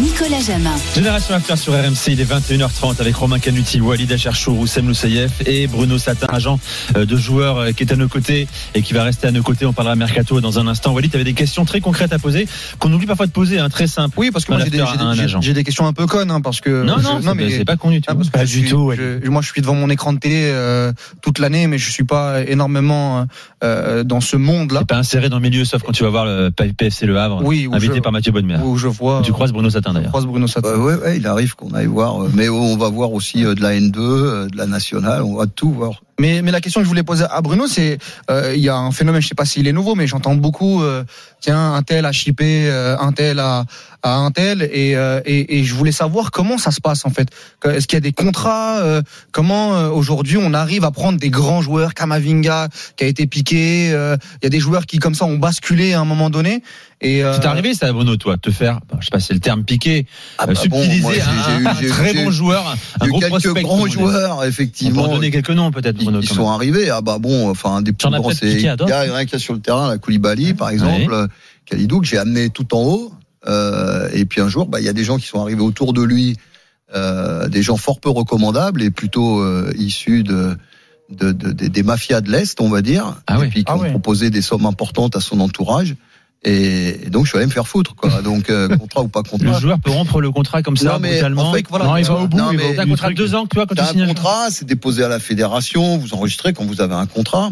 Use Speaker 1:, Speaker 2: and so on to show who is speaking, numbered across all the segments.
Speaker 1: Nicolas Jamin.
Speaker 2: Génération After sur RMC, il est 21h30 avec Romain Canuti, Walid Acharchou, Roussem Loussaïef et Bruno Satin, agent euh, de joueur euh, qui est à nos côtés et qui va rester à nos côtés. On parlera Mercato dans un instant. Walid, tu avais des questions très concrètes à poser qu'on oublie parfois de poser, hein, très simple.
Speaker 3: Oui, parce que moi j'ai des,
Speaker 2: After
Speaker 3: j'ai des-
Speaker 2: à un
Speaker 3: j'ai-
Speaker 2: agent.
Speaker 3: j'ai des questions un peu connes, hein, parce que
Speaker 4: Euh,
Speaker 2: Non,
Speaker 3: je-
Speaker 2: non, c'est-
Speaker 3: mais-
Speaker 2: c'est pas connu. tu
Speaker 3: Ah,
Speaker 2: vois.
Speaker 3: parce que
Speaker 5: Pas
Speaker 3: je
Speaker 5: du
Speaker 3: suis-
Speaker 5: tout, ouais.
Speaker 3: je- moi, je suis devant mon écran de télé euh, toute l'année, mais je suis pas énormément euh, dans ce monde-là
Speaker 2: T'es pas inséré dans le milieu, sauf quand tu vas voir le PFC Le Havre,
Speaker 3: Oui, où
Speaker 2: invité
Speaker 3: je-
Speaker 2: par Mathieu Bonnemer.
Speaker 3: où je vois.
Speaker 2: Tu croises Bruno Satin
Speaker 3: je
Speaker 2: d'ailleurs.
Speaker 3: croise Bruno Satin.
Speaker 4: Euh, ouais, ouais, il arrive qu'on aille voir, euh, mais on va voir aussi euh, de la N2, euh, de la nationale, on va tout voir.
Speaker 3: Mais, mais la question que je voulais poser à Bruno, c'est euh, il y a un phénomène, je sais pas s'il est nouveau, mais j'entends beaucoup euh, tiens un tel à chipper, euh, un tel à, à un tel, et, euh, et, et je voulais savoir comment ça se passe en fait. Que- Est-ce qu'il y a des contrats euh, Comment euh, aujourd'hui on arrive à prendre des grands joueurs, Kamavinga qui a été piqué, euh, il y a des joueurs qui comme ça ont basculé à un moment donné. Et euh,
Speaker 2: C'est arrivé ça, Bruno, toi, de te faire, bah, je sais pas si c'est le terme piqué,
Speaker 4: Ah
Speaker 2: euh,
Speaker 4: bah bon,
Speaker 2: subtiliser
Speaker 4: moi, j'ai- j'ai eu-
Speaker 2: un, un
Speaker 4: j'ai eu-
Speaker 2: très
Speaker 4: j'ai
Speaker 2: bon
Speaker 4: eu-
Speaker 2: joueur, un
Speaker 4: Il y a
Speaker 2: gros
Speaker 4: eu
Speaker 2: prospect.
Speaker 4: quelques grands
Speaker 2: comme on dit.
Speaker 4: joueurs,
Speaker 2: On peut en
Speaker 4: effectivement.
Speaker 2: donner quelques noms peut-être,
Speaker 4: Ils,
Speaker 2: Bruno.
Speaker 4: ils
Speaker 2: quand
Speaker 4: sont
Speaker 2: même.
Speaker 4: arrivés. Ah bah bon, enfin, un des plus
Speaker 2: J'en ai
Speaker 4: grands,
Speaker 2: peut-être
Speaker 4: c'est. Il
Speaker 2: piqué
Speaker 4: y
Speaker 2: à
Speaker 4: a
Speaker 2: d'autres.
Speaker 4: rien qu'il y a sur le terrain, la Koulibaly, par exemple,
Speaker 2: Oui.
Speaker 4: euh, Kalidou, que j'ai amené tout en haut. Euh, et puis un jour, bah, il y a des gens qui sont arrivés autour de lui, euh, des gens fort peu recommandables et plutôt euh, issus de, de- de- des- des mafias de l'Est, on va dire.
Speaker 2: Ah
Speaker 4: et
Speaker 2: oui.
Speaker 4: puis qui
Speaker 5: Ah
Speaker 4: ont
Speaker 5: oui.
Speaker 4: proposé des sommes importantes à son entourage. Et, et donc, je suis allé me faire foutre, quoi. Donc, euh, contrat ou pas
Speaker 2: Le
Speaker 4: contrat.
Speaker 2: joueur peut rompre le contrat comme ça,
Speaker 4: Non, mais
Speaker 2: brutalement.
Speaker 4: en fait, voilà,
Speaker 2: non, il
Speaker 4: euh,
Speaker 2: va au bout.
Speaker 4: non,
Speaker 2: il va
Speaker 4: mais
Speaker 2: au bout. T'as un
Speaker 4: du
Speaker 2: contrat de
Speaker 4: truc.
Speaker 2: deux ans, tu vois, quand tu
Speaker 4: T'as
Speaker 2: signes
Speaker 4: un
Speaker 2: un
Speaker 4: contrat, c'est déposé à la fédération, vous enregistrez quand vous avez un contrat.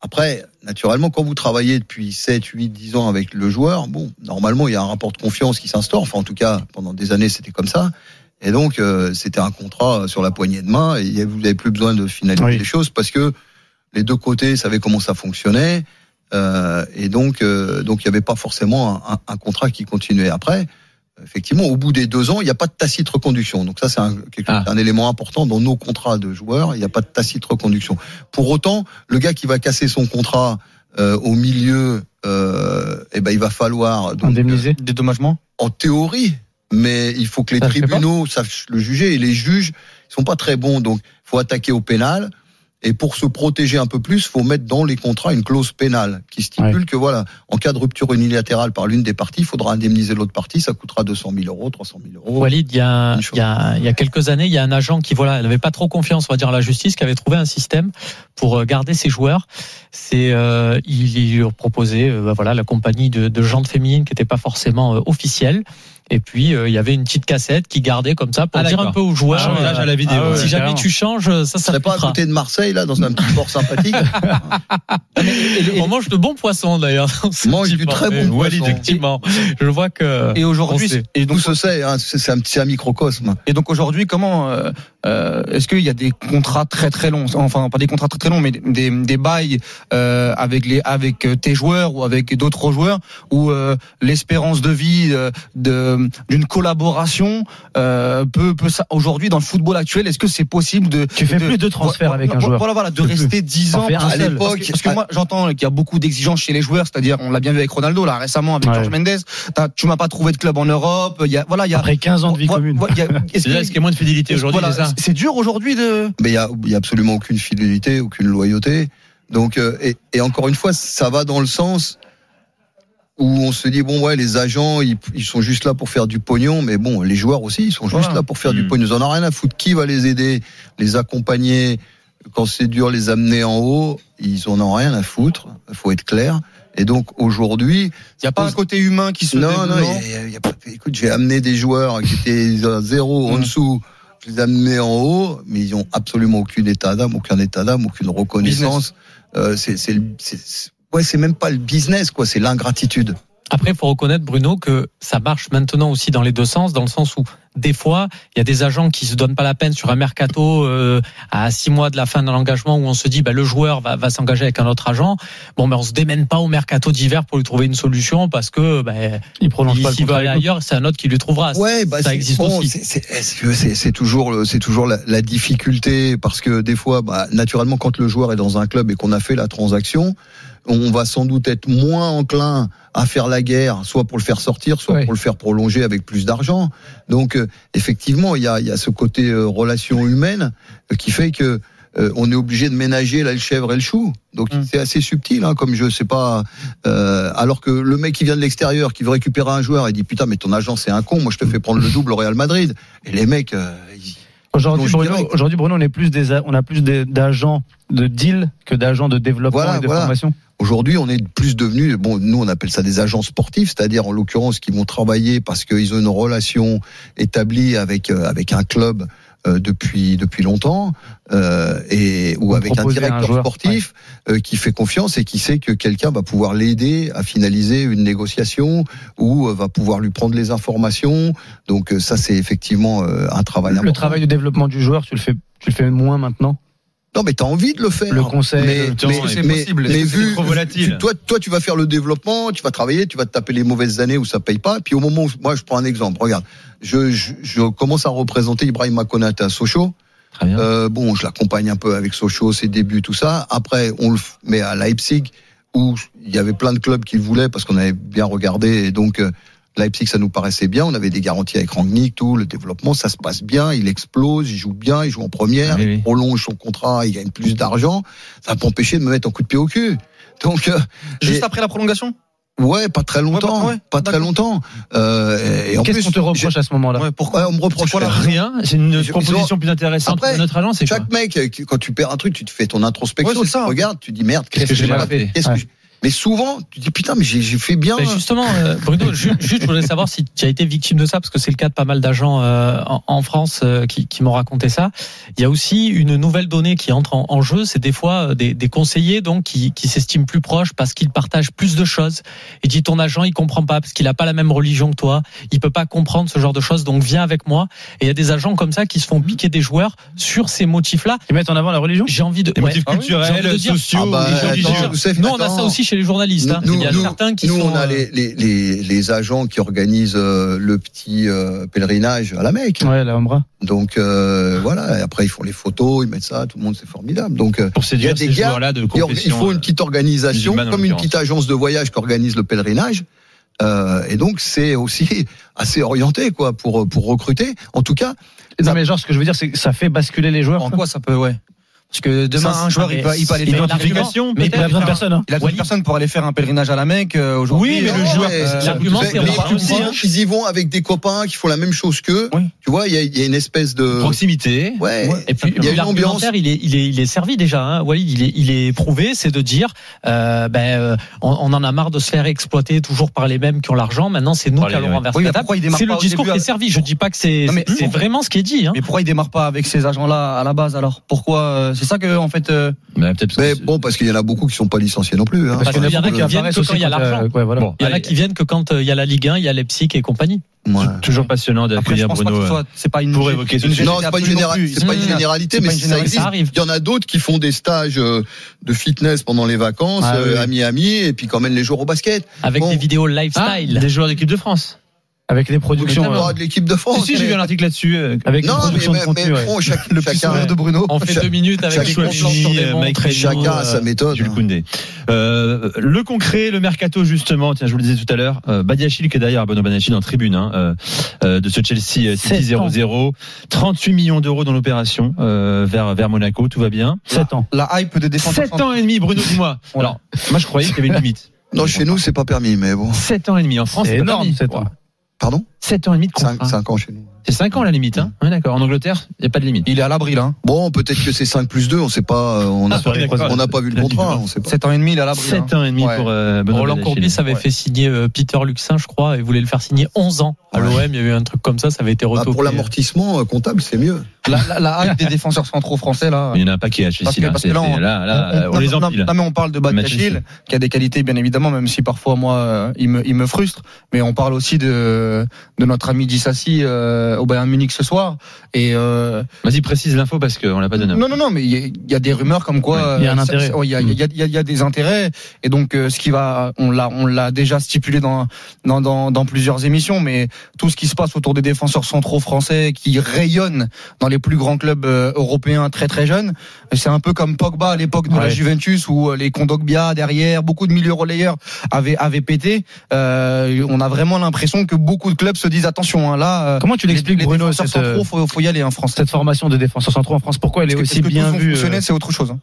Speaker 4: Après, naturellement, quand vous travaillez depuis 7, 8, 10 ans avec le joueur, bon, normalement, il y a un rapport de confiance qui s'instaure. Enfin, en tout cas, pendant des années, c'était comme ça. Et donc, euh, c'était un contrat sur la poignée de main et vous n'avez plus besoin de finaliser
Speaker 5: Oui.
Speaker 4: les choses parce que les deux côtés savaient comment ça fonctionnait. Euh, et donc, euh, donc il n'y avait pas forcément un, un- un contrat qui continuait. Après, effectivement, au bout des deux ans, il n'y a pas de tacite reconduction. Donc ça, c'est un, quelque-
Speaker 2: Ah.
Speaker 4: un élément important dans nos contrats de joueurs. Il n'y a pas de tacite reconduction. Pour autant, le gars qui va casser son contrat euh, au milieu, euh, eh ben, il va falloir donc,
Speaker 5: Indemnisé.
Speaker 3: dédommagement.
Speaker 4: en théorie, mais il faut que les
Speaker 5: Ça se fait
Speaker 4: tribunaux sachent le juger et les juges sont pas très bons, donc faut attaquer au pénal. Et pour se protéger un peu plus, faut mettre dans les contrats une clause pénale qui stipule que voilà, en cas de rupture unilatérale par l'une des parties, il faudra indemniser l'autre partie. Ça coûtera 200 000 euros, 300 000 euros.
Speaker 6: Walid, il y, a,
Speaker 4: Une chose.
Speaker 6: il, y a, il y a quelques années, il y a un agent qui voilà, n'avait pas trop confiance, on va dire, à la justice, qui avait trouvé un système pour euh, garder ses joueurs. C'est euh, il, il leur proposait euh, bah, voilà la compagnie de, de gens de féminines qui n'étaient pas forcément euh, officielles. Et puis euh, il y avait une petite cassette qui gardait comme ça pour
Speaker 2: Ah,
Speaker 6: dire
Speaker 2: d'accord.
Speaker 6: un peu aux joueurs.
Speaker 2: Ah, change
Speaker 6: euh,
Speaker 2: l'âge à la vidéo.
Speaker 5: Ah ouais.
Speaker 6: si jamais
Speaker 5: carrément.
Speaker 6: tu changes, euh, ça,
Speaker 4: Ça
Speaker 6: ça
Speaker 4: serait
Speaker 6: te
Speaker 4: pas à
Speaker 6: coûtera.
Speaker 4: côté de Marseille là, dans un petit port sympathique.
Speaker 6: On mange de bons poissons d'ailleurs. On se
Speaker 4: Mange
Speaker 6: dit
Speaker 4: du
Speaker 6: pas,
Speaker 4: très
Speaker 6: mais
Speaker 4: bon
Speaker 6: Walid,
Speaker 4: poisson.
Speaker 6: effectivement. Je vois que.
Speaker 3: Et
Speaker 6: on
Speaker 3: aujourd'hui,
Speaker 6: sait.
Speaker 3: et
Speaker 4: Tout
Speaker 3: donc
Speaker 4: se sait, hein, c'est c'est un petit un microcosme.
Speaker 3: Et donc aujourd'hui, comment euh, euh, est-ce qu'il y a des contrats très très longs, enfin pas des contrats très très longs, mais des- des, des bails euh, avec les avec euh, tes joueurs ou avec d'autres joueurs où euh, l'espérance de vie euh, de d'une collaboration euh, peut peut ça aujourd'hui dans le football actuel, est-ce que c'est possible de
Speaker 5: Tu fais
Speaker 3: de-
Speaker 5: plus de transferts
Speaker 3: voilà,
Speaker 5: avec un
Speaker 3: voilà,
Speaker 5: joueur.
Speaker 3: Voilà, voilà, de
Speaker 5: Tu peux.
Speaker 3: rester 10
Speaker 5: T'en
Speaker 3: ans
Speaker 5: fais un
Speaker 3: parce que-
Speaker 4: seul.
Speaker 3: parce que- Parce que
Speaker 4: À-
Speaker 3: moi, j'entends qu'il y a beaucoup d'exigences chez les joueurs, c'est-à-dire, on l'a bien vu avec Ronaldo, là, récemment, avec
Speaker 5: Ouais.
Speaker 3: George Mendes. t'as- Tu m'as pas trouvé de club en Europe. Il y a, voilà, il y a,
Speaker 5: Après 15 ans de vie
Speaker 3: Vo-
Speaker 5: commune.
Speaker 3: vo- y a- est-ce
Speaker 2: C'est là,
Speaker 3: que-
Speaker 2: est-ce qu'il y a moins de fidélité aujourd'hui,
Speaker 3: voilà,
Speaker 2: c'est ça
Speaker 3: c'est- C'est dur aujourd'hui de.
Speaker 4: mais il y a, il y a absolument aucune fidélité, aucune loyauté. Donc, euh, et, et encore une fois, ça va dans le sens où on se dit bon ouais, les agents ils, ils sont juste là pour faire du pognon, mais bon, les joueurs aussi ils sont juste
Speaker 3: Voilà.
Speaker 4: là pour faire
Speaker 2: Mm.
Speaker 4: du pognon. Ils en ont rien à foutre. Qui va les aider, les accompagner quand c'est dur, les amener en haut Ils en ont rien à foutre. Faut être clair. Et donc aujourd'hui,
Speaker 3: Il n'y a pas un côté humain qui se
Speaker 4: non,
Speaker 3: développe,
Speaker 4: non, il y a- il y a pas- écoute, j'ai amené des joueurs qui étaient à zéro en
Speaker 3: Mm.
Speaker 4: dessous. Je les ai amenés en haut, mais ils ont absolument aucune état d'âme, aucun état d'âme, aucune reconnaissance. Euh, c'est, c'est, le- c'est- c'est- ouais, c'est même pas le business, quoi. C'est l'ingratitude.
Speaker 6: Après, il faut reconnaître, Bruno, que ça marche maintenant aussi dans les deux sens, dans le sens où des fois, il y a des agents qui se donnent pas la peine sur un mercato euh, à six mois de la fin de l'engagement où on se dit bah, le joueur va, va s'engager avec un autre agent. Bon, ben on se démène pas au mercato d'hiver pour lui trouver une solution parce que ben,
Speaker 7: Il prolonge
Speaker 6: il-
Speaker 7: pas le
Speaker 6: s'il veut
Speaker 7: contrat.
Speaker 6: aller
Speaker 7: avec nous.
Speaker 6: ailleurs, c'est un autre qui lui trouvera.
Speaker 4: Ouais, bah,
Speaker 6: ça
Speaker 4: c'est-
Speaker 6: existe
Speaker 4: bon,
Speaker 6: aussi.
Speaker 4: c'est- c'est- est-ce que c'est c'est toujours, le- c'est toujours la, la difficulté parce que des fois, bah, naturellement, quand le joueur est dans un club et qu'on a fait la transaction, on va sans doute être moins enclin à faire la guerre, soit pour le faire sortir, soit
Speaker 7: Ouais.
Speaker 4: pour le faire prolonger avec plus d'argent. Donc, euh, effectivement, il y a, il y a ce côté euh, relation humaine euh, qui fait que euh, on est obligé de ménager là, le chèvre et le chou. Donc,
Speaker 6: Hum.
Speaker 4: c'est assez subtil, hein, comme je sais pas. Euh, alors que le mec qui vient de l'extérieur, qui veut récupérer un joueur, il dit putain mais ton agent c'est un con, moi je te fais prendre le double au Real Madrid. Et les mecs, euh, ils-
Speaker 7: Aujourd'hui,
Speaker 4: Donc,
Speaker 7: Bruno,
Speaker 4: direct.
Speaker 7: aujourd'hui, Bruno, on est plus des, a- on a plus des- d'agents de deal que d'agents de développement
Speaker 4: Voilà,
Speaker 7: et de
Speaker 4: voilà.
Speaker 7: formation.
Speaker 4: aujourd'hui on est plus devenu, bon nous on appelle ça des agents sportifs, c'est-à-dire en l'occurrence qui vont travailler parce qu'ils ont une relation établie avec euh, avec un club. euh, depuis depuis longtemps euh, et ou
Speaker 7: Vous
Speaker 4: avec un
Speaker 7: proposez
Speaker 4: directeur
Speaker 7: un joueur,
Speaker 4: sportif euh, qui fait confiance et qui sait que quelqu'un va pouvoir l'aider à finaliser une négociation ou euh, va pouvoir lui prendre les informations donc euh, ça c'est effectivement euh, un travail
Speaker 7: Le
Speaker 4: important.
Speaker 7: travail de développement du joueur, tu le fais, tu le fais moins maintenant.
Speaker 4: Non, mais t'as envie de le faire.
Speaker 7: Le conseil,
Speaker 4: mais,
Speaker 2: le temps,
Speaker 4: mais,
Speaker 2: est-ce que
Speaker 4: mais,
Speaker 2: euh, c'est possible
Speaker 4: mais
Speaker 2: Est-ce que c'est
Speaker 4: vu,
Speaker 2: trop volatile
Speaker 4: tu- toi, toi, tu vas faire le développement, tu vas travailler, tu vas te taper les mauvaises années où ça paye pas. Puis au moment où, moi, je prends un exemple. Regarde, je, je, je commence à représenter Ibrahim Konate à Sochaux.
Speaker 6: Très
Speaker 2: Hein
Speaker 6: bien.
Speaker 4: Euh, bon, je l'accompagne un peu avec Sochaux, ses débuts, tout ça. Après, on le f- met à Leipzig, où il y avait plein de clubs qui le voulaient parce qu'on avait bien regardé. Et donc, euh, Leipzig, ça nous paraissait bien. On avait des garanties avec Rangnick, tout. Le développement, ça se passe bien. Il explose, il joue bien, il joue en première,
Speaker 6: Oui, oui.
Speaker 4: il prolonge son contrat, il gagne plus d'argent. Ça va pas empêcher de me mettre un coup de pied au cul. Donc, euh,
Speaker 3: Juste
Speaker 4: Et-
Speaker 3: après la prolongation
Speaker 4: ouais, pas très longtemps.
Speaker 3: Ouais, ouais,
Speaker 4: pas très
Speaker 3: d'accord.
Speaker 4: longtemps. Euh, et en
Speaker 7: Qu'est-ce
Speaker 4: plus,
Speaker 7: qu'on te reproche à ce moment-là
Speaker 3: Ouais,
Speaker 4: je-
Speaker 3: pourquoi
Speaker 4: ouais, on me reproche
Speaker 2: Voilà, rien. C'est
Speaker 4: Ils
Speaker 2: une
Speaker 4: ont-
Speaker 2: proposition plus intéressante
Speaker 4: Après,
Speaker 2: de notre agent, c'est quoi
Speaker 4: Chaque mec, euh, qui- quand tu perds un truc, tu te fais ton introspection,
Speaker 3: Ouais,
Speaker 4: tu
Speaker 3: c'est ça.
Speaker 4: te regardes, tu dis merde,
Speaker 2: Qu'est-ce que j'ai mal fait
Speaker 4: Qu'est-ce que
Speaker 7: Ouais.
Speaker 4: je- Mais souvent, tu dis putain, mais j'ai j'ai fait bien.
Speaker 6: Mais justement, euh, Bruno, ju- juste, je voulais savoir si tu as été victime de ça, parce que c'est le cas de pas mal d'agents euh, en, en France euh, qui, qui m'ont raconté ça. Il y a aussi une nouvelle donnée qui entre en, en jeu, c'est des fois euh, des, des conseillers donc qui, qui s'estiment plus proches parce qu'ils partagent plus de choses. Et dit ton agent, il comprend pas parce qu'il a pas la même religion que toi, il peut pas comprendre ce genre de choses, donc viens avec moi. Et il y a des agents comme ça qui se font piquer des joueurs sur ces motifs-là.
Speaker 7: Ils mettent en avant la religion
Speaker 6: J'ai envie de.
Speaker 2: Les
Speaker 6: ouais.
Speaker 2: motifs
Speaker 6: Ah oui. J'ai
Speaker 2: culturels,
Speaker 6: envie de dire-
Speaker 2: sociaux,
Speaker 4: Ah bah,
Speaker 2: les gens du
Speaker 4: attends,
Speaker 2: genre.
Speaker 4: Youssef,
Speaker 6: Nous, on a
Speaker 4: attends.
Speaker 6: ça aussi chez les journalistes. hein.
Speaker 4: Nous-
Speaker 6: il y a
Speaker 4: nous-
Speaker 6: certains qui
Speaker 4: Nous,
Speaker 6: sont.
Speaker 4: on a
Speaker 6: euh,
Speaker 4: les, les, les, les agents qui organisent euh, le petit euh, pèlerinage à la Mecque.
Speaker 7: Ouais, la Ombra.
Speaker 4: Donc euh, voilà, et après ils font les photos, ils mettent ça, tout le monde c'est formidable. Donc euh,
Speaker 2: Pour
Speaker 4: Il y a
Speaker 2: séduire
Speaker 4: des
Speaker 2: ces
Speaker 4: gars,
Speaker 2: joueurs-là de
Speaker 4: il y a- il
Speaker 2: confession. euh,
Speaker 4: faut une petite organisation,
Speaker 2: musulmane, en
Speaker 4: comme une
Speaker 2: l'occurrence.
Speaker 4: petite agence de voyage qui organise le pèlerinage. Euh, et donc c'est aussi assez orienté quoi pour pour recruter. En tout cas,
Speaker 7: Non, mais genre, ce que je veux dire, c'est que ça fait basculer les joueurs.
Speaker 3: En quoi ça peut, ouais Parce que demain,
Speaker 6: Ça,
Speaker 3: un joueur,
Speaker 6: mais
Speaker 3: il peut, il peut aller
Speaker 6: c'est
Speaker 3: faire.
Speaker 6: l'argument.
Speaker 2: Identification,
Speaker 6: Mais
Speaker 7: Il
Speaker 6: t'as-
Speaker 7: a besoin de personne. hein.
Speaker 3: Il a
Speaker 6: Walid.
Speaker 3: trouvé personne pour aller faire un pèlerinage à la Mecque euh, aujourd'hui.
Speaker 2: Oui, mais le
Speaker 3: Euh,
Speaker 2: joueur,
Speaker 3: euh,
Speaker 6: l'argument,
Speaker 4: les-
Speaker 6: c'est
Speaker 4: les
Speaker 6: on va-
Speaker 4: gens,
Speaker 6: on va-
Speaker 4: ils y vont avec des copains qui font la même chose qu'eux.
Speaker 3: Oui.
Speaker 4: Tu vois, il y a, il y a une espèce de
Speaker 2: Proximité.
Speaker 4: ouais.
Speaker 6: Et puis,
Speaker 4: Il y a une ambiance.
Speaker 6: l'argumentaire, il est, il est, il est servi déjà. Hein. Walid, il est, il est prouvé, c'est de dire, euh, ben, euh, on, on en a marre de se faire exploiter toujours par les mêmes qui ont l'argent. Maintenant, c'est nous
Speaker 2: Par
Speaker 6: qui
Speaker 2: les-
Speaker 6: allons
Speaker 2: ouais.
Speaker 6: renverser
Speaker 3: Oui, mais
Speaker 6: la table.
Speaker 3: pourquoi il démarre
Speaker 6: C'est
Speaker 3: pas
Speaker 6: le
Speaker 3: au
Speaker 6: discours
Speaker 3: début
Speaker 6: qui est
Speaker 3: avec-
Speaker 6: servi. Je dis pas que c'est,
Speaker 3: Non, mais-
Speaker 6: c'est vraiment ce qui est dit. Hein.
Speaker 3: Mais pourquoi il démarre pas avec ces agents-là à la base alors Pourquoi euh, C'est ça que en fait. euh,
Speaker 2: Mais peut-être
Speaker 4: Mais
Speaker 2: parce que-
Speaker 4: bon, parce qu'il y en a beaucoup qui sont pas licenciés non plus. hein.
Speaker 6: Parce qu'il y en a
Speaker 7: beaucoup
Speaker 6: qui viennent
Speaker 7: apparaissent
Speaker 6: que
Speaker 7: aussi
Speaker 6: quand il y a
Speaker 7: quand,
Speaker 6: l'argent.
Speaker 7: euh, ouais, voilà.
Speaker 2: Bon,
Speaker 6: Il y en a
Speaker 2: allez,
Speaker 6: qui viennent que quand euh, il y a la Ligue 1, il y a les psychiques et compagnie.
Speaker 4: Ouais.
Speaker 2: toujours passionnant
Speaker 3: Après, je
Speaker 2: d'accueillir
Speaker 3: pense pas que ce
Speaker 2: Bruno. euh,
Speaker 3: soit- c'est pas une
Speaker 2: pour évoquer ce sujet.
Speaker 4: Non, c'est pas une, généra-
Speaker 3: généralité.
Speaker 4: c'est pas une
Speaker 6: Mmh.
Speaker 4: généralité,
Speaker 3: C'est
Speaker 4: mais
Speaker 3: pas une
Speaker 4: si ça
Speaker 3: généralité.
Speaker 4: existe,
Speaker 6: Ça arrive.
Speaker 4: il y en a d'autres qui font des stages euh, de fitness pendant les vacances
Speaker 7: Ah,
Speaker 4: euh,
Speaker 7: oui.
Speaker 4: à Miami et puis qui emmènent les joueurs au basket.
Speaker 6: Avec
Speaker 4: Bon.
Speaker 6: des vidéos
Speaker 2: Ah,
Speaker 6: lifestyle.
Speaker 2: des joueurs d'équipe de France.
Speaker 7: Avec les productions.
Speaker 4: On
Speaker 7: euh,
Speaker 4: aura de l'équipe de
Speaker 3: Oh,
Speaker 4: France.
Speaker 2: Si, si, j'ai
Speaker 4: mais-
Speaker 2: vu un article là-dessus. euh,
Speaker 7: Avec
Speaker 4: Non,
Speaker 7: les
Speaker 4: mais,
Speaker 7: productions
Speaker 4: mais-
Speaker 7: de contenu.
Speaker 4: mais
Speaker 7: ouais.
Speaker 4: bon, chaque-
Speaker 7: Le petit
Speaker 4: chacun,
Speaker 7: sourire de Bruno.
Speaker 6: On fait
Speaker 4: Cha-
Speaker 6: deux minutes avec
Speaker 4: chaque
Speaker 6: les contenus
Speaker 2: Chouameni,
Speaker 6: sur des
Speaker 2: euh,
Speaker 6: montres
Speaker 2: Mike
Speaker 6: et nous,
Speaker 4: chacun a
Speaker 6: euh,
Speaker 4: sa méthode.
Speaker 2: Jules
Speaker 4: hein.
Speaker 2: Koundé. Euh, le concret, le mercato justement, tiens, je vous le disais tout à l'heure, euh, Badiachil qui est d'ailleurs Benoît Badiachil en tribune hein, euh, euh, de ce Chelsea euh, City
Speaker 7: Sept ans.
Speaker 2: 0-0, 38 millions d'euros dans l'opération euh, vers vers Monaco, tout va bien.
Speaker 7: 7 ans.
Speaker 3: La hype de défense.
Speaker 2: 7 ans et demi Bruno dis-moi. Alors, moi je croyais qu'il y avait une limite.
Speaker 4: Non, chez nous, c'est pas permis, mais bon.
Speaker 2: 7 ans et demi en France,
Speaker 7: C'est
Speaker 2: pas
Speaker 7: énorme, euh,
Speaker 2: permis.
Speaker 7: 7 ans.
Speaker 4: Pardon
Speaker 2: 7 ans et demi de
Speaker 4: 5,
Speaker 2: contrat.
Speaker 4: ans chez nous.
Speaker 2: C'est 5 ans la limite hein. Ouais, d'accord. En Angleterre, il n'y a pas de limite.
Speaker 3: Il est à l'abri là.
Speaker 4: Bon, peut-être que c'est 5 plus 2, on sait pas, euh, on n'a
Speaker 2: Ah,
Speaker 4: pas,
Speaker 2: d'accord.
Speaker 4: on n'a pas vu le contrat, on sait pas.
Speaker 3: 7 ans et demi, il est à l'abri.
Speaker 2: 7
Speaker 3: hein.
Speaker 2: ans et demi
Speaker 3: Ouais.
Speaker 2: pour euh, Benoît
Speaker 6: Roland
Speaker 2: Badiachil.
Speaker 6: Courbis avait
Speaker 3: Ouais.
Speaker 6: fait signer euh, Peter Luxin, je crois, et voulait le faire signer 11 ans. À
Speaker 4: Ouais.
Speaker 6: l'OM, il y a eu un truc comme ça, ça avait été
Speaker 4: Bah,
Speaker 6: retoqué.
Speaker 4: pour l'amortissement euh, comptable, c'est mieux.
Speaker 3: La, la, la hype des défenseurs centraux français là.
Speaker 2: Il y en a un paquet à Chelsea
Speaker 3: Parce que-
Speaker 2: là,
Speaker 3: parce
Speaker 2: c'est-
Speaker 3: que là,
Speaker 2: c'est-
Speaker 3: on-
Speaker 2: là, là, euh, on
Speaker 3: non,
Speaker 2: les
Speaker 3: non,
Speaker 2: empile.
Speaker 3: non, mais on parle de Bad
Speaker 2: Match ici.
Speaker 3: Kachil, qui a des qualités bien évidemment, même si parfois moi euh, il me, il me frustre. Mais on parle aussi de de notre ami Dissassi euh, au Bayern Munich ce soir. Et euh,
Speaker 2: Vas-y, précise l'info parce qu'on l'a pas donné.
Speaker 3: non, non, non, mais il y, a- il y a des rumeurs comme quoi
Speaker 7: Ouais, il y a un
Speaker 3: euh, ça-
Speaker 7: intérêt.
Speaker 3: ça- ouais, Il y, a- il y a- il y a- il y a des intérêts, et donc euh, ce qui va, on l'a, on l'a déjà stipulé dans, dans dans dans plusieurs émissions, mais tout ce qui se passe autour des défenseurs centraux français qui rayonnent dans les plus grands clubs euh, européens très très jeunes, c'est un peu comme Pogba à l'époque de la
Speaker 2: Ouais.
Speaker 3: Juventus où euh, les Kondogbia derrière, beaucoup de milieux relayeurs avaient avaient pété. Euh, on a vraiment l'impression que beaucoup de clubs se disent attention, hein, là. euh,
Speaker 7: Comment tu l'expliques,
Speaker 3: les
Speaker 7: Bruno,
Speaker 3: défenseurs
Speaker 7: cette, euh,
Speaker 3: centraux, faut, faut y aller, hein, français.
Speaker 7: cette formation de défenseurs centraux en France Pourquoi elle est
Speaker 3: Parce que-
Speaker 7: aussi
Speaker 3: parce que
Speaker 7: bien
Speaker 3: tous ont
Speaker 7: vue euh,
Speaker 3: fonctionné, c'est autre chose. hein.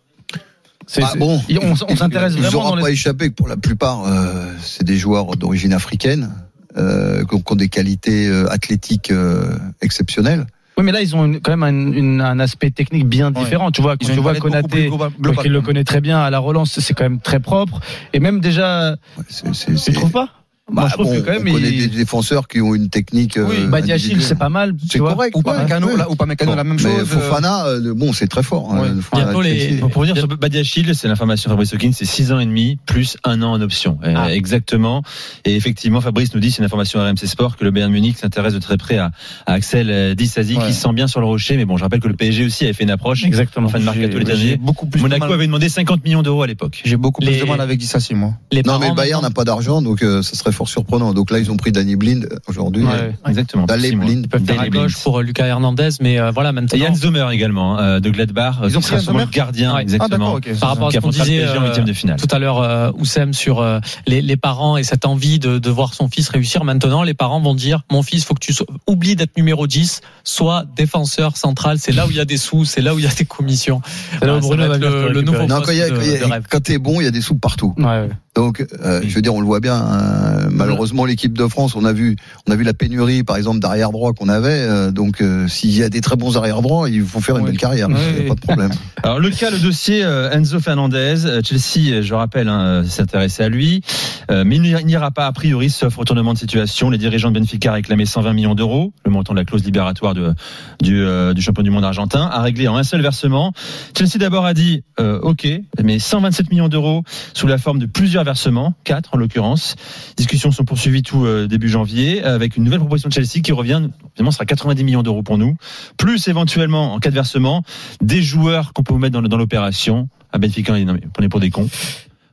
Speaker 7: c'est-
Speaker 4: Ah
Speaker 7: c'est-
Speaker 4: bon.
Speaker 7: Et On, s- on s'intéresse
Speaker 4: Ils
Speaker 7: vraiment
Speaker 4: n'auront
Speaker 7: dans
Speaker 4: pas
Speaker 7: les.
Speaker 4: échappé que pour la plupart, euh, c'est des joueurs d'origine africaine, euh, qui ont qui ont des qualités euh, athlétiques euh, exceptionnelles.
Speaker 7: Oui, mais là, ils ont une- quand même un, une- un aspect technique bien
Speaker 3: Ouais.
Speaker 7: différent. Tu vois,
Speaker 3: Ils
Speaker 7: quand
Speaker 3: ont
Speaker 7: tu
Speaker 3: une
Speaker 7: vois
Speaker 3: palette beaucoup plus
Speaker 7: Konaté,
Speaker 3: globale-
Speaker 7: donc
Speaker 3: globale.
Speaker 7: il le connaît très bien à la relance, c'est quand même très propre. Et même déjà,
Speaker 4: Ouais, c'est- c'est-
Speaker 7: tu
Speaker 4: c'est-
Speaker 7: trouves pas Moi,
Speaker 4: Bah,
Speaker 7: je trouve
Speaker 4: bon,
Speaker 7: que quand même,
Speaker 4: on connaît
Speaker 7: il-
Speaker 4: des défenseurs qui ont une technique. euh,
Speaker 7: oui, Badiachil,
Speaker 4: individuelle.
Speaker 7: c'est pas mal. tu
Speaker 4: C'est
Speaker 7: vois.
Speaker 4: correct.
Speaker 3: Ou
Speaker 4: ouais.
Speaker 3: pas Mécano,
Speaker 4: Ouais.
Speaker 3: là, ou pas Mécano,
Speaker 4: Bon,
Speaker 3: la même
Speaker 4: mais
Speaker 3: chose. euh,
Speaker 4: Fofana, euh, le- bon, c'est très fort. hein,
Speaker 3: Ouais.
Speaker 4: le Fofana,
Speaker 6: Bientôt, les-
Speaker 4: Chelsea.
Speaker 2: Bon, Pour revenir sur Badi Achille, c'est l'information de Fabrice Hawkins, c'est 6 ans et demi plus un an en option. Euh,
Speaker 6: Ah.
Speaker 2: Exactement. Et effectivement, Fabrice nous dit, c'est une information RMC Sport, que le Bayern Munich s'intéresse de très près à, à Axel euh, Disasi,
Speaker 3: Ouais.
Speaker 2: qui se sent bien sur le rocher. Mais bon, je rappelle que le PSG aussi avait fait une approche.
Speaker 7: Exactement.
Speaker 2: En fin de mercato
Speaker 7: J'ai-
Speaker 2: les derniers.
Speaker 3: beaucoup plus de
Speaker 2: Monaco
Speaker 3: mal-
Speaker 2: avait demandé 50 millions d'euros à l'époque.
Speaker 3: J'ai beaucoup
Speaker 6: Les-
Speaker 3: plus de mal avec Dissassi, moi.
Speaker 6: Les
Speaker 4: Non, mais
Speaker 6: parents,
Speaker 4: le Bayern n'a
Speaker 6: maintenant,
Speaker 4: pas d'argent, donc euh, ça serait fort surprenant. Donc là, ils ont pris Danny Blind euh, aujourd'hui.
Speaker 6: Ouais. Bah,
Speaker 2: Exactement.
Speaker 4: Daley
Speaker 2: Six mois.
Speaker 4: Blind. Ils
Speaker 6: peuvent faire
Speaker 2: Daley
Speaker 6: à
Speaker 2: Blind.
Speaker 6: gauche pour euh, Lucas Hernandez, mais euh, voilà
Speaker 2: Et
Speaker 6: maintenant.
Speaker 2: Yann Zomer également, hein, de Gladbach,
Speaker 3: Ils
Speaker 2: qui
Speaker 3: ont
Speaker 2: sera
Speaker 3: pris Yann
Speaker 2: sûrement le
Speaker 3: Sommer
Speaker 2: gardien,
Speaker 6: Ouais.
Speaker 3: Ah,
Speaker 2: exactement.
Speaker 3: d'accord, ok.
Speaker 6: Par rapport à
Speaker 2: qui
Speaker 6: ce qu'on
Speaker 2: affrontera le
Speaker 6: disait
Speaker 2: PSG en
Speaker 6: euh,
Speaker 2: huitième de finale.
Speaker 6: tout à l'heure, euh, Oussem, sur euh, les, les parents et cette envie de, de voir son fils réussir. Maintenant, les parents vont dire Mon fils, faut que tu sois- oublie d'être numéro 10, sois défenseur central. C'est là où il y a des sous, c'est là où il y a des commissions.
Speaker 7: C'est là
Speaker 6: Voilà, ça
Speaker 7: où Ah Bruno
Speaker 6: va
Speaker 7: va
Speaker 6: être
Speaker 7: venir
Speaker 6: le,
Speaker 7: te
Speaker 6: le nouveau
Speaker 4: Euh,
Speaker 7: récupérer.
Speaker 4: Non,
Speaker 6: poste
Speaker 4: quand il y a-
Speaker 6: de-
Speaker 4: quand il y a-
Speaker 6: de rêve.
Speaker 4: quand t'es bon, il y a des sous partout.
Speaker 7: Ouais, ouais.
Speaker 4: Donc, euh, je veux dire, on le voit bien. hein. malheureusement, l'équipe de France, on a vu, on a vu la pénurie, par exemple, d'arrière droit qu'on avait. euh, donc, euh, s'il y a des très bons arrière droits, ils vont faire une
Speaker 3: Ouais.
Speaker 4: belle carrière.
Speaker 3: Ouais,
Speaker 4: Il y a
Speaker 3: ouais.
Speaker 4: Pas de problème.
Speaker 2: Alors le cas, le dossier euh, Enzo Fernandez, euh, Chelsea, euh, je rappelle, hein, euh, s'intéressait à lui, euh, mais il n'y- il n'ira pas a priori, sauf retournement de situation. Les dirigeants de Benfica réclamaient 120 millions d'euros, le montant de la clause libératoire de, du, euh, du champion du monde argentin, à régler en un seul versement. Chelsea d'abord a dit euh, OK, mais 127 millions d'euros sous la forme de plusieurs versements, quatre en l'occurrence. Discussions sont poursuivies tout euh, début janvier avec une nouvelle proposition de Chelsea qui revient, finalement, ce sera 90 millions d'euros pour nous, plus éventuellement en cas de versement des joueurs qu'on peut mettre dans, dans l'opération. À Benfica, on dit, non, mais prenez pour des cons.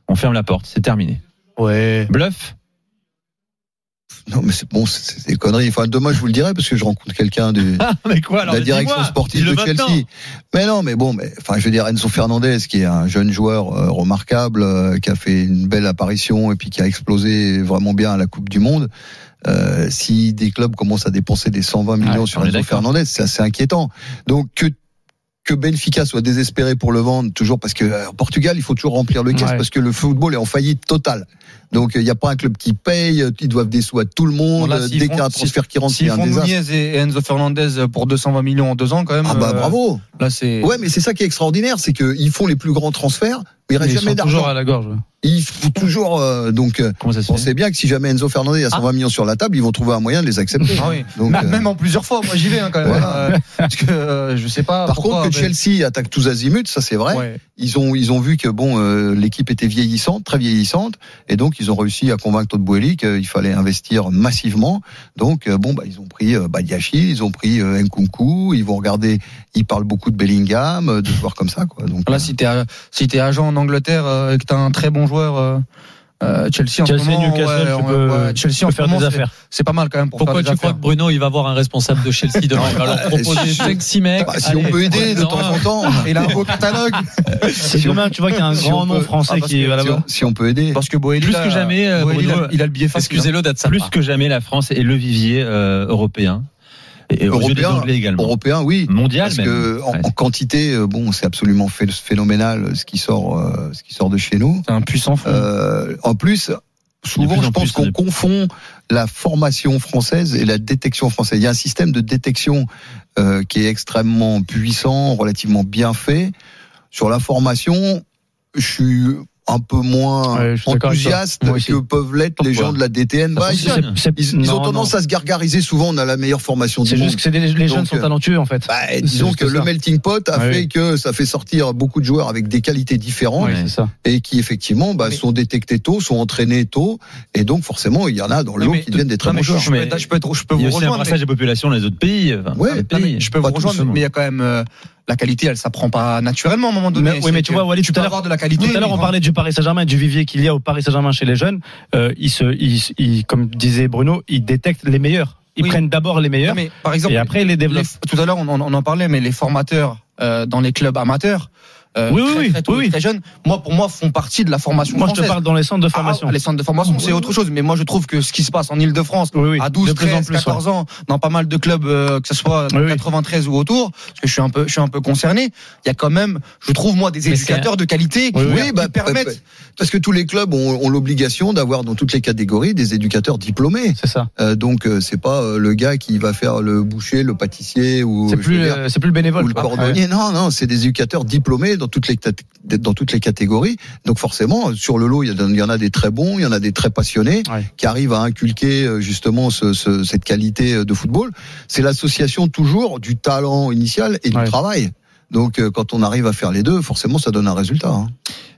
Speaker 2: On ferme la porte, c'est terminé.
Speaker 6: Ouais.
Speaker 2: Bluff
Speaker 4: non, mais c'est bon, c'est- c'est des conneries. Enfin, demain, je vous le dirai parce que je rencontre quelqu'un du,
Speaker 2: Ah, mais quoi
Speaker 4: la direction sportive de Chelsea. Mais non, mais bon, mais enfin, je veux dire, Enzo Fernandez, qui est un jeune joueur euh, remarquable, euh, qui a fait une belle apparition et puis qui a explosé vraiment bien à la Coupe du Monde. euh, si des clubs commencent à dépenser des 120 millions
Speaker 2: Ouais,
Speaker 4: sur
Speaker 2: on est
Speaker 4: Enzo
Speaker 2: d'accord.
Speaker 4: Fernandez, c'est assez inquiétant. Donc que que Benfica soit désespéré pour le vendre, toujours parce que euh, en Portugal, il faut toujours remplir le caisse
Speaker 7: Ouais.
Speaker 4: parce que le football est en faillite totale. Donc il n'y a pas un club qui paye, euh, ils doivent des sous à tout le monde.
Speaker 3: Bon, là,
Speaker 4: euh,
Speaker 3: s'ils
Speaker 4: Dès qu'il y a
Speaker 3: font-
Speaker 4: un transfert qui rentre, c'est
Speaker 3: S'ils
Speaker 4: un
Speaker 3: font
Speaker 4: désastre.
Speaker 3: Nunez et et Enzo Fernandez pour 220 millions en deux ans, quand même.
Speaker 4: Ah bah
Speaker 3: euh,
Speaker 4: bravo
Speaker 3: Là, c'est.
Speaker 4: Ouais, mais c'est ça qui est extraordinaire, c'est qu'ils font les plus grands transferts, mais il
Speaker 7: Ils
Speaker 4: reste jamais
Speaker 7: sont toujours
Speaker 4: d'argent.
Speaker 7: à la gorge. hein. ouais.
Speaker 4: Ils font toujours. euh, donc, euh,
Speaker 2: Comment ça se
Speaker 4: on
Speaker 2: fait
Speaker 4: sait bien que si jamais Enzo Fernandez a 120 millions sur la table, ils vont trouver un moyen de les accepter.
Speaker 3: Ah oui.
Speaker 4: Donc,
Speaker 3: Bah,
Speaker 4: euh,
Speaker 3: Ah. Même en plusieurs fois, moi j'y vais hein, quand même.
Speaker 4: Ouais.
Speaker 3: hein, euh, parce que euh, je sais pas.
Speaker 4: par
Speaker 3: pourquoi,
Speaker 4: contre, que
Speaker 3: mais-
Speaker 4: Chelsea attaque tous azimuts, ça c'est vrai.
Speaker 3: Ouais.
Speaker 4: Ils ont ils ont vu que bon euh, l'équipe était vieillissante, très vieillissante, et donc ils ont réussi à convaincre Todd Boehly qu'il fallait investir massivement. Donc euh, bon bah ils ont pris euh, Badiachil, ils ont pris euh, Nkunku, ils vont regarder, ils parlent beaucoup de Bellingham, euh, de joueurs comme ça quoi. Donc
Speaker 3: Là,
Speaker 4: euh,
Speaker 3: si t'es euh, si t'es agent en Angleterre euh, et que t'as un très bon joueur. euh, euh, Chelsea en
Speaker 7: Chelsea,
Speaker 3: ce moment,
Speaker 7: Newcastle,
Speaker 3: ouais,
Speaker 7: tu
Speaker 3: ouais,
Speaker 7: peux-
Speaker 3: ouais, Chelsea
Speaker 7: Tu
Speaker 3: en
Speaker 7: peux
Speaker 3: ce
Speaker 7: faire des
Speaker 3: moment, c'est-
Speaker 7: affaires.
Speaker 3: c'est pas mal quand même pour
Speaker 6: Pourquoi
Speaker 3: faire
Speaker 6: tu
Speaker 3: des
Speaker 6: crois
Speaker 3: affaires.
Speaker 6: que Bruno il va voir un responsable de Chelsea demain Il va leur proposer
Speaker 4: si-
Speaker 6: 5-6 mecs.
Speaker 4: bah, si on
Speaker 6: Allez,
Speaker 4: peut aider de
Speaker 6: prenez-en
Speaker 4: temps
Speaker 6: un.
Speaker 4: en temps.
Speaker 3: Il a un beau catalogue
Speaker 7: Si demain, tu vois qu'il y a un
Speaker 4: Si
Speaker 7: grand
Speaker 4: on
Speaker 7: nom
Speaker 4: peut- Ah,
Speaker 7: français
Speaker 4: parce
Speaker 7: qui
Speaker 4: que
Speaker 7: va
Speaker 4: si
Speaker 7: là-bas.
Speaker 4: on- Si on peut aider.
Speaker 3: parce que Boeli
Speaker 2: Plus
Speaker 3: là,
Speaker 2: que jamais, euh,
Speaker 3: Boeli, il,
Speaker 2: Bruno,
Speaker 3: a, il a le biais facile. hein.
Speaker 6: Excusez-le d'être sympa.
Speaker 2: Plus que jamais, la France est le vivier euh, européen. Et aux yeux des
Speaker 4: Européen,
Speaker 2: Anglais également.
Speaker 4: Européen, oui.
Speaker 2: Mondial
Speaker 4: Parce
Speaker 2: même.
Speaker 4: que en,
Speaker 2: Ouais.
Speaker 4: en quantité, euh, bon, c'est absolument phé- phénoménal euh, ce qui sort, euh, ce qui sort de chez nous.
Speaker 3: C'est un puissant fou.
Speaker 4: Euh, en plus,
Speaker 2: De
Speaker 4: souvent,
Speaker 2: plus en
Speaker 4: je pense
Speaker 2: plus,
Speaker 4: qu'on
Speaker 2: de-
Speaker 4: confond la formation française et la détection française. Il y a un système de détection euh, qui est extrêmement puissant, relativement bien fait. Sur la formation, je suis un peu moins
Speaker 7: Ouais, je suis d'accord avec toi.
Speaker 4: enthousiastes
Speaker 7: Moi aussi.
Speaker 4: que peuvent l'être les
Speaker 7: Pourquoi
Speaker 4: gens de la DTN
Speaker 2: Ça
Speaker 4: Bike.
Speaker 2: fonctionne.
Speaker 7: C'est-
Speaker 4: Bah, Ils,
Speaker 7: c'est-
Speaker 4: ils ont
Speaker 7: non,
Speaker 4: tendance
Speaker 7: non.
Speaker 4: à se gargariser souvent, on a la meilleure formation du
Speaker 7: C'est
Speaker 4: monde.
Speaker 7: juste que c'est des- les jeunes
Speaker 4: Donc,
Speaker 7: sont
Speaker 4: euh,
Speaker 7: talentueux en fait.
Speaker 4: Bah,
Speaker 7: C'est
Speaker 4: disons
Speaker 7: juste
Speaker 4: que le
Speaker 7: ça.
Speaker 4: melting pot a
Speaker 7: Ouais,
Speaker 4: fait
Speaker 7: oui.
Speaker 4: que ça fait sortir beaucoup de joueurs avec des qualités différentes
Speaker 7: Oui, c'est ça.
Speaker 4: et qui effectivement bah,
Speaker 3: Mais-
Speaker 4: sont détectés tôt, sont entraînés tôt et donc forcément il y en a dans le
Speaker 3: Non,
Speaker 4: lot
Speaker 3: mais
Speaker 4: qui deviennent des très
Speaker 3: non, mais
Speaker 4: bons
Speaker 3: je,
Speaker 4: joueurs.
Speaker 3: je peux, être- je peux être- je peux
Speaker 2: Il y
Speaker 3: vous
Speaker 2: a aussi un
Speaker 3: rejoindre. mais-
Speaker 2: brassage des populations des autres pays. enfin, plein de
Speaker 4: Ouais, non,
Speaker 7: Ah,
Speaker 3: non, mais
Speaker 2: pays.
Speaker 3: je peux vous
Speaker 2: Pas tous
Speaker 3: rejoindre,
Speaker 2: seulement.
Speaker 3: mais il y a quand même euh, la qualité, elle s'apprend pas naturellement à un moment donné.
Speaker 7: Mais- oui, mais
Speaker 3: C'est
Speaker 7: tu
Speaker 3: que
Speaker 7: vois, Walid,
Speaker 3: tu
Speaker 7: tout
Speaker 3: peux
Speaker 7: à l'heure-
Speaker 3: avoir de la qualité.
Speaker 7: Tout à l'heure,
Speaker 3: mais
Speaker 7: on
Speaker 3: quand-
Speaker 7: parlait du Paris Saint-Germain, et du vivier qu'il y a au Paris Saint-Germain chez les jeunes. Euh, ils se, ils- ils- comme disait Bruno, ils détectent les meilleurs. Ils
Speaker 3: Oui.
Speaker 7: prennent d'abord les
Speaker 3: Non,
Speaker 7: meilleurs
Speaker 3: mais par exemple,
Speaker 7: et après ils les
Speaker 3: les-
Speaker 7: développent.
Speaker 3: tout à l'heure, on, en- on en parlait, mais les formateurs euh, dans les clubs amateurs, euh,
Speaker 7: Oui, oui,
Speaker 3: très,
Speaker 7: oui,
Speaker 3: très, tôt,
Speaker 7: oui, oui.
Speaker 3: très jeunes, moi, pour moi, font partie de la formation
Speaker 7: Moi, je
Speaker 3: française.
Speaker 7: te parle dans les centres de formation.
Speaker 3: Ah, les centres de formation, c'est autre chose. Mais moi, je trouve que ce qui se passe en Ile-de-France,
Speaker 7: Oui, oui,
Speaker 3: à 12,
Speaker 7: de plus en
Speaker 3: 13,
Speaker 7: plus,
Speaker 3: 14 ans, dans pas mal de clubs, euh, que ce soit
Speaker 7: Oui, oui.
Speaker 3: 93 ou autour, parce que je suis un peu, je suis un peu concerné. Il y a quand même, je trouve moi, des
Speaker 6: Mais
Speaker 3: éducateurs de qualité qui,
Speaker 7: Oui,
Speaker 4: oui,
Speaker 3: qui
Speaker 4: bah, bah,
Speaker 3: permettent.
Speaker 4: Parce que tous les clubs ont, ont l'obligation d'avoir dans toutes les catégories des éducateurs diplômés.
Speaker 7: C'est ça.
Speaker 4: Euh, donc euh, c'est pas euh, le gars qui va faire le boucher, le pâtissier ou,
Speaker 7: C'est
Speaker 4: je veux
Speaker 7: plus,
Speaker 4: dire,
Speaker 7: euh, c'est plus le bénévole.
Speaker 4: ou le
Speaker 7: quoi.
Speaker 4: cordonnier. Non, non, c'est des éducateurs diplômés dans toutes les cat- dans toutes les catégories. Donc forcément, sur le lot, il y, a- il y en a des très bons, il y en a des très passionnés
Speaker 7: Ouais.
Speaker 4: qui arrivent à inculquer euh, justement ce- ce- cette qualité euh, de football. C'est l'association toujours du talent initial et du
Speaker 7: Ouais.
Speaker 4: travail. Donc euh, quand on arrive à faire les deux, forcément, ça donne un résultat. hein.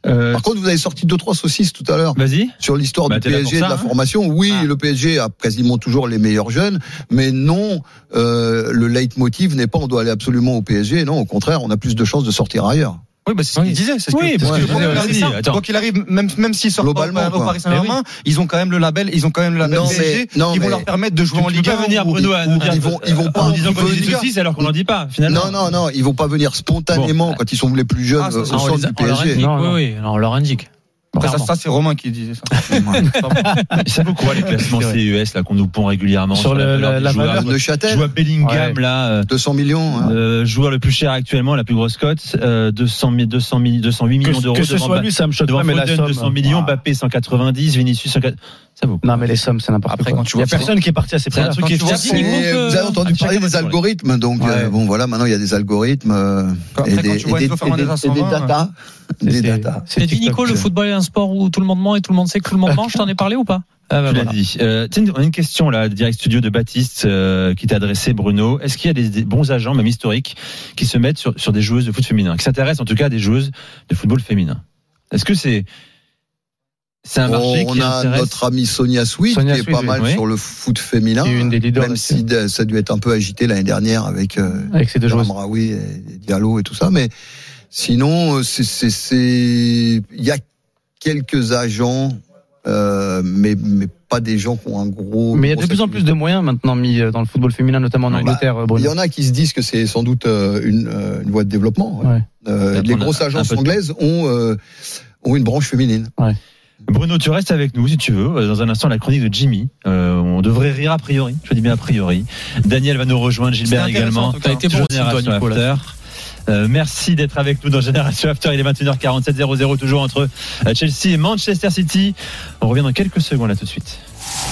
Speaker 2: Euh,
Speaker 4: Par contre, vous avez sorti deux trois saucisses tout à l'heure
Speaker 2: Vas-y.
Speaker 4: sur l'histoire
Speaker 2: Bah,
Speaker 4: du
Speaker 2: t'es là
Speaker 4: PSG et de
Speaker 2: pour
Speaker 4: la
Speaker 2: ça, hein
Speaker 4: formation. Oui,
Speaker 2: Ah.
Speaker 4: le PSG a quasiment toujours les meilleurs jeunes, mais non, euh, le leitmotiv n'est pas on doit aller absolument au PSG. Non, au contraire, on a plus de chances de sortir ailleurs.
Speaker 3: Oui, bah, c'est ce qu'ils disaient. C'est ce que-
Speaker 2: Oui, parce
Speaker 3: c'est
Speaker 2: que je
Speaker 3: ce que-
Speaker 2: disais,
Speaker 3: c'est
Speaker 2: vas-y,
Speaker 3: ça.
Speaker 2: attends.
Speaker 3: Quand il arrive, même, même s'ils sortent pas
Speaker 4: Globalement,
Speaker 3: au- au
Speaker 4: quoi.
Speaker 3: Paris Saint-Germain, ils ont quand même le label, ils ont quand même le label
Speaker 4: Non, mais-
Speaker 3: PSG,
Speaker 4: non,
Speaker 3: qui vont
Speaker 4: mais-
Speaker 3: leur permettre de jouer en
Speaker 2: Tu
Speaker 3: Ligue
Speaker 2: peux
Speaker 3: 1.
Speaker 2: pas venir
Speaker 3: ou-
Speaker 2: Bruno à
Speaker 4: ou-
Speaker 2: nous dire.
Speaker 4: ils vont- ils
Speaker 3: euh,
Speaker 4: vont pas-
Speaker 2: en disant qu'on
Speaker 4: ils
Speaker 2: dit des
Speaker 4: veulent-
Speaker 2: saucisses alors qu'on n'en dit pas finalement.
Speaker 4: Non, non, non, ils vont pas venir spontanément quand ils sont les plus jeunes
Speaker 3: Ah, ça,
Speaker 4: euh,
Speaker 3: ça,
Speaker 4: au
Speaker 6: on,
Speaker 4: centre
Speaker 6: les-
Speaker 4: du
Speaker 6: on leur indique,
Speaker 4: PSG.
Speaker 7: Non, non.
Speaker 6: oui, oui, on leur indique.
Speaker 3: Après, Bah, ça,
Speaker 6: Clairement.
Speaker 3: ça, c'est Romain qui disait ça.
Speaker 2: Ça vaut quoi les classements
Speaker 7: C'est vrai.
Speaker 2: CES là qu'on nous pond régulièrement
Speaker 7: Sur le- la- la
Speaker 2: des joueurs.
Speaker 7: valeur.
Speaker 4: De
Speaker 2: Je
Speaker 4: Châtel,
Speaker 2: vois Bellingham là. euh,
Speaker 4: 200 millions. hein.
Speaker 2: euh, joueur le plus cher actuellement, la plus grosse cote, euh, 200, 000, 200 000, 208 millions
Speaker 7: Que,
Speaker 2: d'euros.
Speaker 7: que ce
Speaker 2: devant
Speaker 7: soit
Speaker 2: Ba-
Speaker 7: lui, ça me choque
Speaker 2: devant
Speaker 7: pas, ah. mais la
Speaker 2: Foden,
Speaker 7: somme.
Speaker 2: 200 millions,
Speaker 7: Ouah.
Speaker 2: Mbappé 190, Vinicius 180. Ça vaut.
Speaker 7: Non, mais les sommes, c'est n'importe
Speaker 3: Après,
Speaker 7: quoi.
Speaker 3: quand tu vois
Speaker 7: Il y a
Speaker 3: ça-
Speaker 7: personne qui est parti à ces
Speaker 2: C'est un
Speaker 7: prix-là.
Speaker 2: truc qui est
Speaker 3: vois
Speaker 2: fiable.
Speaker 3: ces-
Speaker 2: Il faut que-
Speaker 4: Vous avez entendu
Speaker 2: à chacun
Speaker 4: parler des
Speaker 2: votre tour.
Speaker 4: algorithmes, donc
Speaker 7: Ouais.
Speaker 4: euh, bon voilà, maintenant il y a des algorithmes euh,
Speaker 3: Après,
Speaker 4: et
Speaker 3: quand
Speaker 4: des
Speaker 3: tu vois
Speaker 4: et des-
Speaker 3: Enzo Fernandez à euh,
Speaker 4: et des- et des
Speaker 3: 120,
Speaker 4: data, des
Speaker 7: C'est-
Speaker 4: data.
Speaker 7: c'est
Speaker 6: T'as dit
Speaker 7: TikTok,
Speaker 6: Nico, le
Speaker 7: je-
Speaker 6: football est un sport où tout le monde ment et tout le monde sait que tout le monde ment. Je t'en ai parlé ou pas Ah, bah,
Speaker 2: Tu l'as
Speaker 6: voilà.
Speaker 2: dit. Euh, tiens, on a une question là, direct studio de Baptiste, euh, qui t'a adressé, Bruno. Est-ce qu'il y a des, des bons agents, même historiques, qui se mettent sur, sur des joueuses de foot féminin, qui s'intéressent en tout cas à des joueuses de football féminin Est-ce que c'est c'est un marché
Speaker 4: on
Speaker 2: qui
Speaker 4: a
Speaker 2: intéresse
Speaker 4: notre amie Sonia Sweet
Speaker 7: Sonia
Speaker 4: qui est
Speaker 7: Sweet,
Speaker 4: pas
Speaker 7: oui.
Speaker 4: mal
Speaker 2: Oui.
Speaker 4: sur le foot féminin.
Speaker 7: Qui est une des leaders
Speaker 4: même
Speaker 7: là-dessus.
Speaker 4: si euh, ça a dû être un peu agité l'année dernière avec euh,
Speaker 7: Avec ces deux joueuses.
Speaker 4: Hamraoui et Diallo et tout ça, mais sinon euh, c'est c'est- c'est- il y a quelques agents, euh, mais mais pas des gens qui ont un gros.
Speaker 7: Mais il y a de
Speaker 4: grosse
Speaker 7: plus en plus de moyens maintenant mis euh, dans le football féminin, notamment en
Speaker 4: Ouais.
Speaker 6: bah,
Speaker 7: Angleterre, euh,
Speaker 4: Il y
Speaker 7: Bruno.
Speaker 4: en a qui se disent que c'est sans doute euh, une, euh, une voie de développement. ouais.
Speaker 7: Ouais.
Speaker 4: Euh,
Speaker 2: Après,
Speaker 4: les
Speaker 2: on a
Speaker 4: grosses
Speaker 2: un
Speaker 4: agences
Speaker 2: peu de-
Speaker 4: anglaises ont, euh, ont une branche féminine.
Speaker 2: Bruno, tu restes avec nous si tu veux. Euh, Dans un instant, la chronique de Jimmy. Euh, on devrait rire a priori. Je dis bien a priori. Daniel va nous rejoindre, Gilbert
Speaker 3: C'était intéressant, en
Speaker 2: également.
Speaker 3: tout cas.
Speaker 6: T'as été bon aussi, toi,
Speaker 2: Génération
Speaker 6: Nico. là.
Speaker 2: After. Euh, merci d'être avec nous dans Génération After. Il est 21h47 00 toujours entre euh, Chelsea et Manchester City. On revient dans quelques secondes là tout de suite.